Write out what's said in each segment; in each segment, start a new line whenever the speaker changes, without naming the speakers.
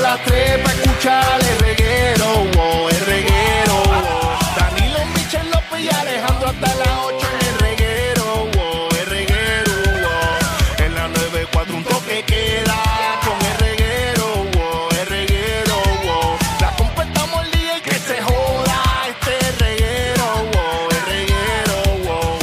las 3 para escuchar el reguero, oh, el reguero. oh. Danilo Michel López y Alejandro hasta las 8 el reguero, oh, el reguero. oh. En la 94 un toque queda con el reguero, oh, el reguero. oh. La completamos el día y que se joda este reguero, oh, el reguero. oh.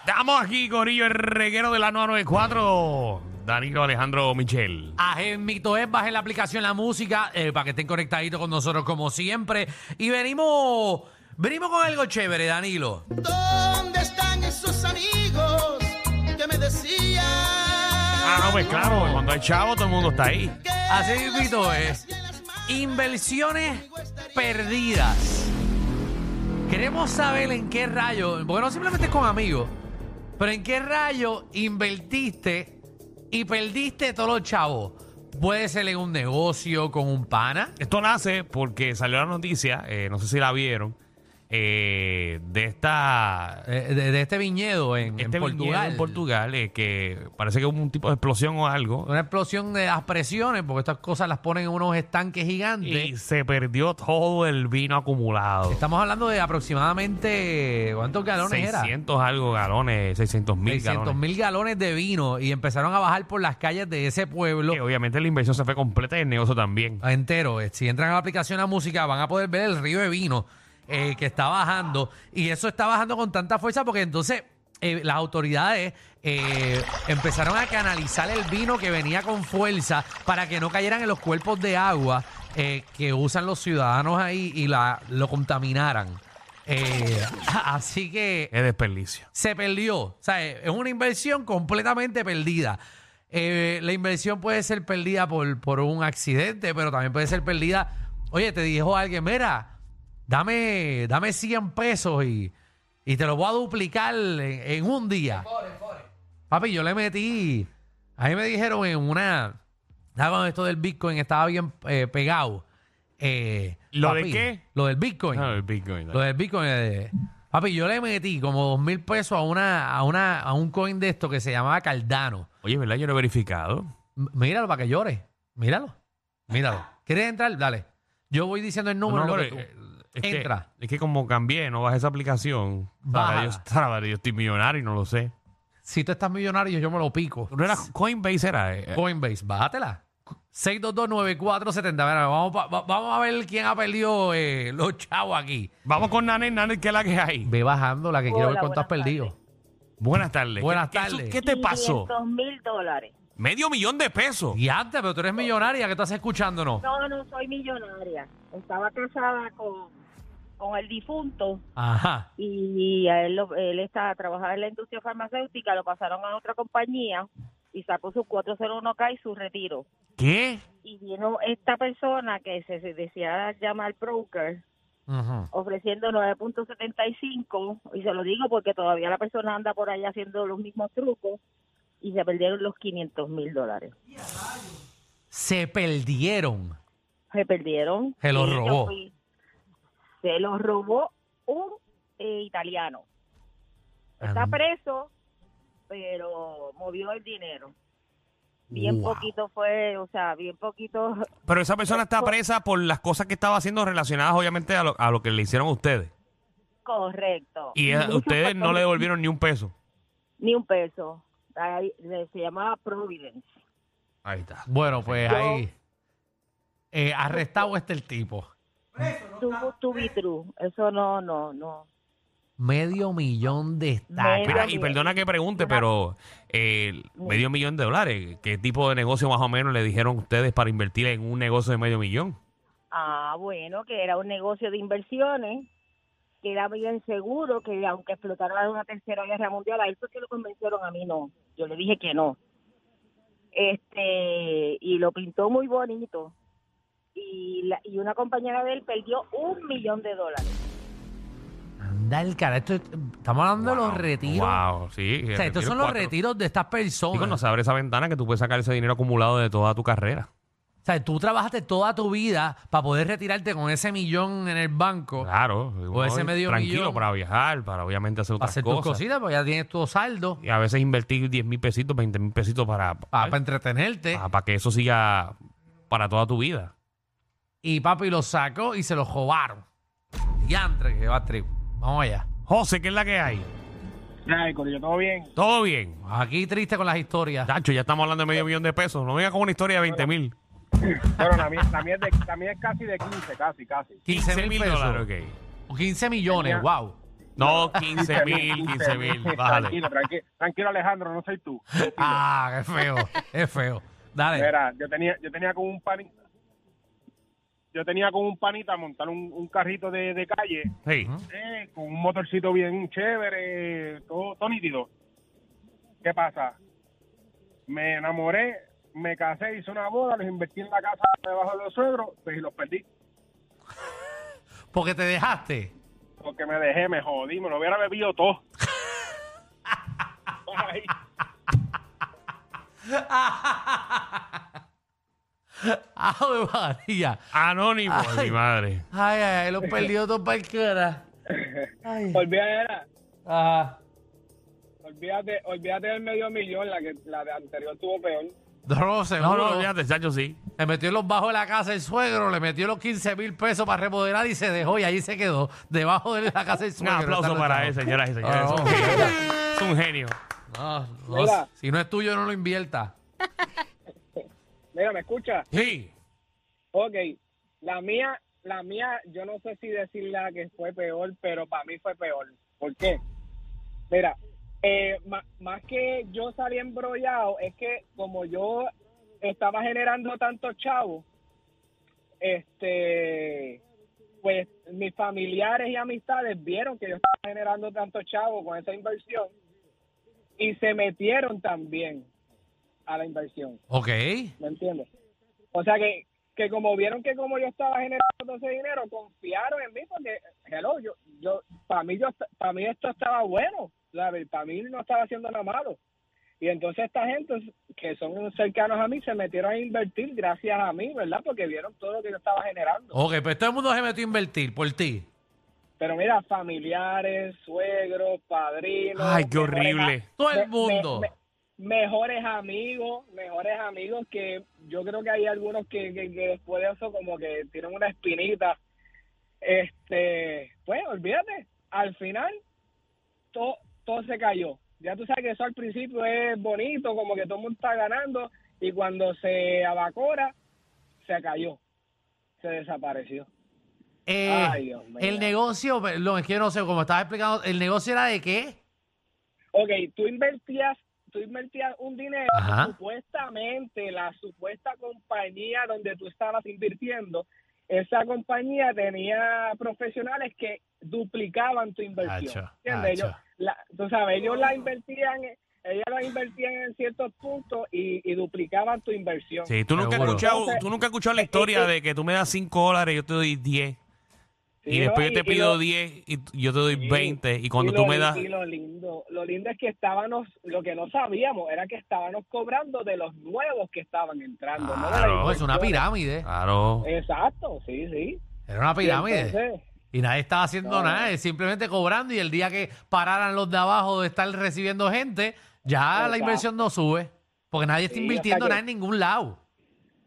Estamos aquí, Corillo, el reguero de la 994. Danilo Alejandro Michel.
Ajen Mito es, bajen E, la aplicación La Música eh, para que estén conectaditos con nosotros como siempre. Y venimos, venimos con algo chévere, Danilo.
¿Dónde están esos amigos que me decían?
Ah, no, pues claro, cuando hay chavo todo el mundo está ahí.
Así Mito es. Inversiones perdidas. Queremos saber en qué rayo, porque no simplemente es con amigos, pero en qué rayo invertiste y perdiste todos los chavos. Puede ser en un negocio, con un pana.
Esto nace porque salió la noticia, eh, no sé si la vieron, eh, de esta.
eh, de, de este viñedo en, en
este viñedo
Portugal.
En Portugal, eh, que parece que hubo un tipo de explosión o algo.
Una explosión de las presiones, porque estas cosas las ponen en unos estanques
Y
gigantes.
se perdió todo el vino acumulado.
Estamos hablando de aproximadamente, ¿cuántos galones era?
600 algo galones, 600 mil
600
galones.
mil galones de vino y empezaron a bajar por las calles de ese pueblo
Que obviamente la inversión se fue completa y el negocio también.
entero. Eh, Si entran a la aplicación a música van a poder ver el río de vino eh, que está bajando y eso está bajando con tanta fuerza porque entonces eh, las autoridades eh, empezaron a canalizar el vino que venía con fuerza para que no cayeran en los cuerpos de agua eh, que usan los ciudadanos ahí y la, lo contaminaran. Eh, así que
Es desperdicio.
se perdió. O sea, eh, es una inversión completamente perdida. Eh, la inversión puede ser perdida por, por un accidente, pero también puede ser perdida. Oye, te dijo alguien, mira, dame, dame 100 pesos y, y te lo voy a duplicar en, en un día. Papi, yo le metí. A mí me dijeron en una. Estaban esto del Bitcoin, estaba bien eh, pegado. Eh,
¿Lo de qué?
Lo del Bitcoin.
Ah, el Bitcoin.
Lo del Bitcoin. eh, papi, yo le metí como dos mil pesos a una, a una, a un coin de esto que se llamaba Cardano.
Oye, ¿verdad? Yo lo he verificado.
M- míralo para que llore. Míralo. Míralo. ¿Quieres entrar? Dale. Yo voy diciendo el número.
No,
lo
pero,
que
eh,
tú-
es que-
Entra.
es que como cambié, no bajé esa aplicación. Para
Bájala.
Dios, para Dios, estoy millonario y no lo sé.
Si tú estás millonario, yo me lo pico.
No era Coinbase, era. eh,
Coinbase, bájatela. 6229470. Mira, Vamos, pa- va- vamos a ver quién ha perdido eh, los chavos aquí.
Vamos con Nanel, Nanel, que es la que hay.
Ve bajando la que quiero ver
Hola,
cuánto has
buenas
perdido.
Buenas tardes.
Buenas
¿Qué- qué-
tardes.
¿Qué te pasó?
500 mil dólares.
Medio millón de pesos.
Y antes, pero tú eres millonaria que estás escuchándonos.
No, no soy millonaria. Estaba casada con, con el difunto
Ajá.
y a él, lo- él está trabajando en la industria farmacéutica, lo pasaron a otra compañía y sacó su 401k y su retiro.
¿Qué?
Y vino esta persona que se, se decía llamar broker
Ujú.
ofreciendo 9.75 y se lo digo porque todavía la persona anda por ahí haciendo los mismos trucos y se perdieron los 500 mil dólares.
Se perdieron.
se perdieron.
Se los
Y yo
robó.
fui- Se los robó un eh, italiano. Está
Anda.
preso, pero movió el dinero. Bien
Wow.
poquito fue, o sea, bien poquito.
Pero esa persona está presa por las cosas que estaba haciendo relacionadas, obviamente, a lo, a lo que le hicieron a ustedes.
Correcto.
Y eh,
Muchos
ustedes no le devolvieron ni un peso.
Ni un peso. Ahí, le- se llamaba Providence.
Ahí está.
Bueno, pues ahí. eh, arrestado está el tipo.
Tu, tu vitru. Eso no, no, no.
Medio millón de
Medio
estacas.
Mira, y perdona que pregunte, pero eh, medio millón de dólares, ¿qué tipo de negocio más o menos le dijeron ustedes para invertir en un negocio de medio millón?
Ah, bueno, que era un negocio de inversiones, que era bien seguro, que aunque explotara una tercera guerra mundial, a eso que lo convencieron a mí no. Yo le dije que no. Este, y lo pintó muy bonito. Y, la- y una compañera de él perdió un millón de dólares.
Anda el cara. Esto, estamos hablando de los retiros.
Wow, sí. eh,
O sea, estos son los retiros de estas personas.
Chicos, no se abre esa ventana que tú puedes sacar ese dinero acumulado de toda tu carrera.
O sea, tú trabajaste toda tu vida para poder retirarte con ese millón en el banco.
Claro. uno
Pues ese
es
medio
Tranquilo
millón.
para viajar, para obviamente hacer
para
otras
hacer
cosas.
tus cositas, pues ya tienes tu saldo
Y a veces invertir 10 mil pesitos, 20 mil pesitos para, Ah,
para
para,
entretenerte.
para que eso siga para toda tu vida.
Y papi lo sacó y se lo robaron. Diantre, que va trip. Vamos allá.
José, ¿qué es la que hay?
Ay, Corillo, ¿todo bien?
Todo bien.
Aquí triste con las historias.
Tacho, ya estamos hablando de medio millón de pesos. No venga con una historia de 20 mil.
Bueno, la mía, la mía es de- la mía es casi de 15, casi, casi.
15 mil
dólares,
pesos.
ok.
O 15 millones,
Tenía-
wow.
No, 15 mil, 15 mil. Bájale.
Tranquilo, tranquilo, tranquilo, Alejandro, no soy tú. Tranquilo.
Ah, qué feo, es feo. Dale.
Mira, yo tenía, yo tenía con un panita, yo tenía con un panita montar un, un carrito de, de calle,
Sí.
eh, con un motorcito bien chévere, todo, todo nítido. ¿Qué pasa? Me enamoré, me casé, hice una boda, los invertí en la casa debajo de los suegros, pues y los perdí.
Porque te dejaste.
Porque me dejé, me jodí, me lo hubiera bebido todo. Ay,
Ave Ah, María.
Anónimo,
Ay.
mi madre.
Ay, ay, ay, los perdió todo para el cara. Ay.
olvídate,
Ajá.
olvídate, olvídate del medio millón, la que la de anterior tuvo peor.
No,
No,
seguro.
no, fíjate, Chacho, sí.
Le metió en los bajos de la casa el suegro, le metió los 15 mil pesos para remodelar y se dejó y ahí se quedó, debajo de la casa del
Un
suegro.
aplauso
Está
para él,
retado.
señoras y
Ah,
señores. Es un
no.
genio. Es un genio.
No, no,
Mira.
si no es tuyo, no lo invierta.
Mira, ¿me escucha?
Sí.
Ok, la mía, la mía, yo no sé si decir la que fue peor, pero para mí fue peor. ¿Por qué? Mira, eh, ma- más que yo salí embrollado, es que como yo estaba generando tantos chavos, este, pues mis familiares y amistades vieron que yo estaba generando tantos chavos con esa inversión y se metieron también a la inversión.
Ok.
¿me entiendes? O sea que, que como vieron que como yo estaba generando todo ese dinero, confiaron en mí porque, hello, yo, yo, para mí, yo, para mí esto estaba bueno, ¿sabes? Para mí no estaba haciendo nada malo. Y entonces esta gente que son cercanos a mí se metieron a invertir gracias a mí, ¿verdad? Porque vieron todo lo que yo estaba generando.
Oh.
Ok, pues todo el mundo se metió a invertir por ti.
Pero mira, familiares, suegros, padrinos.
Ay, qué
mejores a-
horrible.
Todo el
me- me-
mundo.
me- mejores amigos, mejores amigos que yo creo que hay algunos que, que- que después de eso como que tienen una espinita. Este, pues olvídate, al final todo, todo se cayó. Ya tú sabes que eso al principio es bonito, como que todo el mundo está ganando y cuando se abacora, se cayó, se desapareció.
Eh,
Ay, Dios mío.
el negocio, perdón, es que yo no sé, como estabas explicando, ¿el negocio era de qué?
Ok, tú invertías, tú invertías un dinero,
Ajá.
supuestamente la supuesta compañía donde tú estabas invirtiendo, esa compañía tenía profesionales que duplicaban tu inversión.
Hacho,
¿entiendes? Ellos,
hacho.
la, tú sabes, ellos la invertían, ellos la invertían en ciertos puntos y, y duplicaban tu inversión.
Sí, tú nunca, has
Seguro.
escuchado,
Entonces- eh,
tú nunca has escuchado la historia de que tú me das 5 dólares, yo te doy 10.
Sí,
Y después yo
¿no?
te
Y- y
pido
lo-
10 y t- yo te doy
Sí.
20. Y cuando
Y
tú
lo
me
lin-
das.
y lo lindo, lo lindo es que estábamos, lo que no sabíamos era que estábamos cobrando de los nuevos que estaban entrando. no de las
Claro.
No, es pues, una
inversiones.
pirámide.
Claro.
Exacto, sí, sí.
Era una pirámide.
Y entonces,
Y nadie estaba haciendo
No.
nada, es simplemente cobrando y el día que pararan los de abajo de estar recibiendo gente, ya la
Exacto.
inversión no sube. Porque nadie está
Sí,
invirtiendo
o sea que-
nada en ningún lado.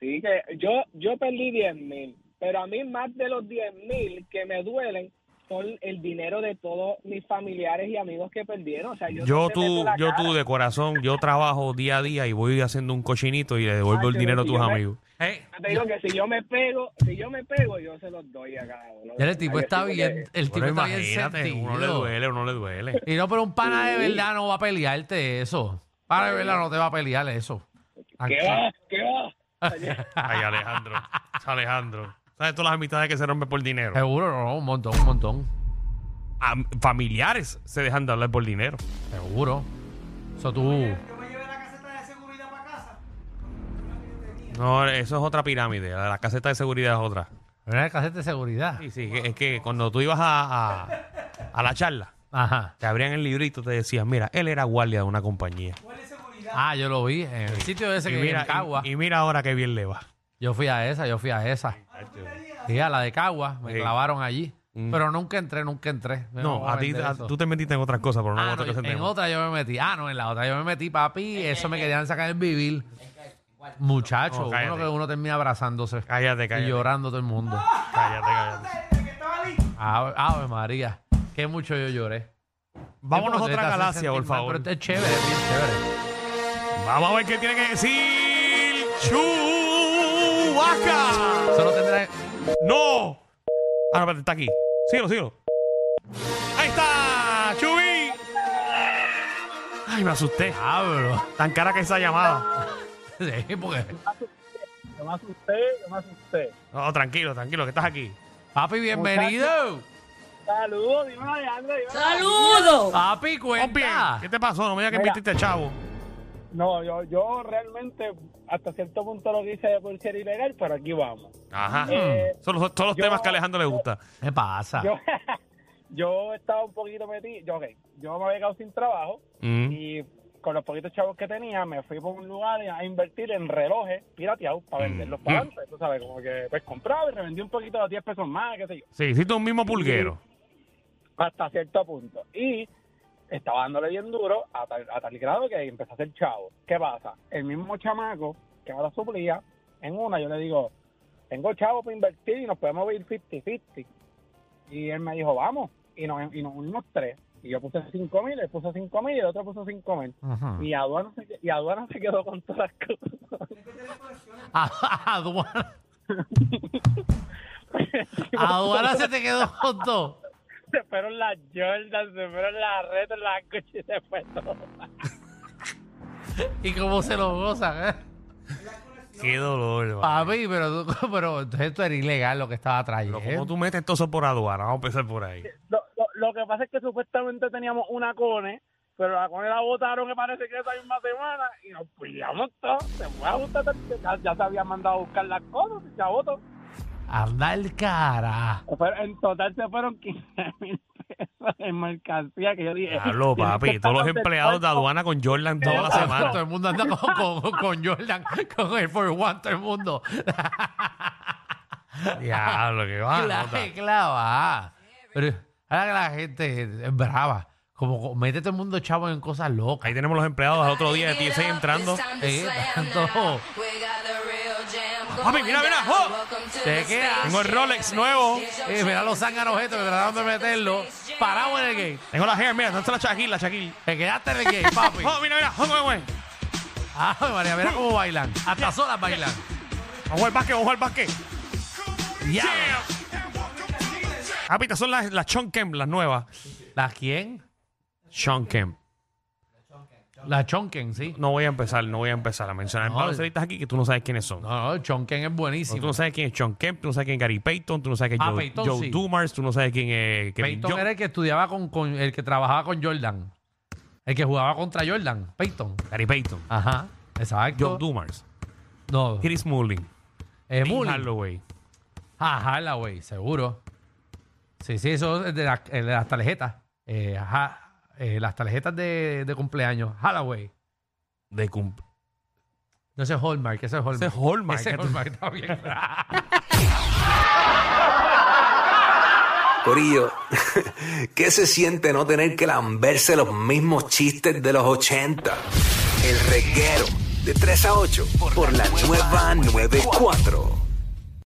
sí, que yo, yo perdí 10 mil, pero a mí más de los 10 mil que me duelen son el dinero de todos mis familiares y amigos que perdieron. O sea, yo, no
Yo
te meto
tú,
la
yo
cara.
tú de corazón, yo trabajo día a día y voy haciendo un cochinito y le devuelvo el
Chacho,
dinero a
si
tus
yo me-
amigos.
Eh,
Yo Te digo que si yo me pego, si yo me pego, yo se los doy a cada uno.
ya el tipo
Ay,
está
así que-
bien, el tipo
Bueno,
está bien
imagínate, uno le
sentido.
duele, uno le duele.
Y no, pero un pana de
Sí.
verdad no va a pelearte eso. Pana de verdad no te va a pelear eso.
¿Qué va? ¿Qué va?
Ay, Alejandro. Alejandro. ¿Sabes todas las amistades que se rompen por dinero?
Seguro, no, no, un montón, un montón.
Am- familiares se dejan de hablar por dinero.
Seguro. Eso tú.
No, eso es otra pirámide. La, la caseta de seguridad es otra.
Era el casete de seguridad.
Sí, sí, que- es que cuando tú ibas a, a- a la charla,
Ajá.
te abrían el librito, te decían, mira, él era guardia de una compañía.
Ah, yo lo vi en el sitio ese
Y
que
mira,
en Cagua.
y- y mira ahora qué bien le va.
Yo fui a esa, yo fui a esa. Sí, a la de Cagua, me
Sí.
clavaron allí.
Mm.
Pero nunca entré, nunca entré. Me
No,
voy
a ti
vender
a-
eso.
tú te metiste en otras cosas, pero no
Ah,
en
no,
otras
yo-
que
en
tenemos.
otra yo me metí. Ah, no, en la otra yo me metí, papi. Eso me querían sacar en vivir. Muchacho,
No, cállate.
uno que uno termina abrazándose
Cállate,
y
cállate.
llorando todo el mundo.
Cállate, cállate.
Ave, ave María, que mucho yo lloré.
Vámonos a
Te
otra
hace
galaxia, por
sentir mal,
favor.
Pero este es chévere, es bien chévere.
Vamos a ver qué tiene que decir Chubaca.
Eso no tendrá...
¡No! Ah, no, espérate, está aquí. Síguelo, síguelo. ¡Ahí está! ¡Chubi! Ay, me asusté.
Diablo.
Tan cara que esa llamada.
Sí, porque...
Yo me asusté, yo me asusté.
No, tranquilo, tranquilo, que estás aquí.
Papi, bienvenido.
Saludos, dímelo, Alejandro. dímelo.
¡Saludos!
Papi,
Vamos bien.
cuenta.
¿Qué te pasó? No me digas que
Mira.
metiste chavo.
No, yo, yo realmente hasta cierto punto lo quise por ser ilegal, pero aquí vamos.
Ajá.
Eh,
Son los, todos los
yo-
temas que a Alejandro le gusta.
¿Qué pasa?
Yo, yo estaba un poquito metido. Yo, ok, yo me había quedado sin trabajo
Mm.
y con los poquitos chavos que tenía me fui por un lugar a invertir en relojes pirateados para
Mm.
venderlos para adelante. Tú sabes, como que pues compraba y revendí un poquito a 10 pesos más, qué sé yo.
Sí, hiciste un mismo pulguero.
hasta cierto punto. Y estaba dándole bien duro a tal, a tal grado que empezó a ser chavo. ¿Qué pasa? El mismo chamaco que ahora suplía, en una yo le digo, tengo chavo para invertir y nos podemos ir 50-50. Y él me dijo, vamos. Y nos, y nos unimos tres. Y yo puse 5 mil, él puso 5 mil y el otro puso 5 mil.
Ujú.
Y aduana, se, y aduana se quedó con todas las cosas.
Aduana. Aduana se te quedó con todo.
Se fueron las Jordans, se fueron las redes, las coches y se fue todo.
Y cómo se lo gozan, ¿eh?
Qué dolor. va.
Papi, pero, tú- pero esto era ilegal lo que estaba trayendo.
Pero ¿Cómo tú metes todo eso por aduana? Vamos a empezar por ahí.
Lo, lo, lo que pasa es que supuestamente teníamos una cone, pero la cone la votaron que parece que esa misma semana y nos pillamos todos. Se fue a buscar, ya, ya se había mandado a buscar las cosas y se votó.
Anda el cara.
En total se fueron 15 mil pesos en mercancía que yo dije.
Hablo,
"Tienes que
papi.
estar
Todos los
donde
empleados de
estoy".
aduana con Jordan toda la semana.
Todo el mundo anda con, con, con Jordan, con el For One, todo el mundo.
Diablo, que va.
Clava,
nota.
clava. ah. Pero ahora que la gente es brava, como co- mete todo el mundo chavo en cosas locas.
Ahí tenemos los empleados al otro día de 16 entrando.
Eh, tanto.
Papi, mira, mira, oh.
¿Te queda?
Tengo el Rolex nuevo.
Eh, mira los zánganos estos que tratando de meterlo. Parado en el gate.
Tengo la hair, mira, ¿dónde está la Shaquille, la Shaquille?
Te quedaste en el gate, papi.
Oh, mira, mira, oh, güey, güey.
Ah, María, mira cómo bailan. Hasta solas bailan.
Vamos al básquet, vamos al básquet.
Ya.
Papi, estas son las, las Sean Kemp, las nuevas.
¿La quién?
Sean Kemp.
La Chonken, sí.
No voy a empezar, no voy a empezar a mencionar
No.
baloncelistas aquí que tú no sabes quiénes son.
No, no, Chonken es
Tú
buenísimo.
no sabes quién es Sean Kemp, tú no sabes quién es Gary Payton, tú no sabes quién es
Ah,
Joe,
Payton,
Joe
sí.
Dumars, tú no sabes quién es Kevin
Peyton
Jones.
era el que estudiaba con, con- el que trabajaba con Jordan. El que jugaba contra Jordan. Peyton.
Gary Payton,
Ajá.
Joe
Exacto.
Dumars,
No.
Chris Mullin,
Eh,
Tim
Mullin.
Halloway.
Ah, Hallaway, seguro. Sí, sí, eso es de, la- eh, de las tarjetas. Eh, ajá, eh, las tarjetas de, de cumpleaños. Hallaway.
De cumple.
No, ese es Hallmark, ese es Hallmark.
Ese es Hallmark,
Ese es
que tú-
Hallmark, está bien.
Corillo, ¿qué se siente no tener que lamberse los mismos chistes de los 80? El reguero de 3 a 8 por la nueva 94.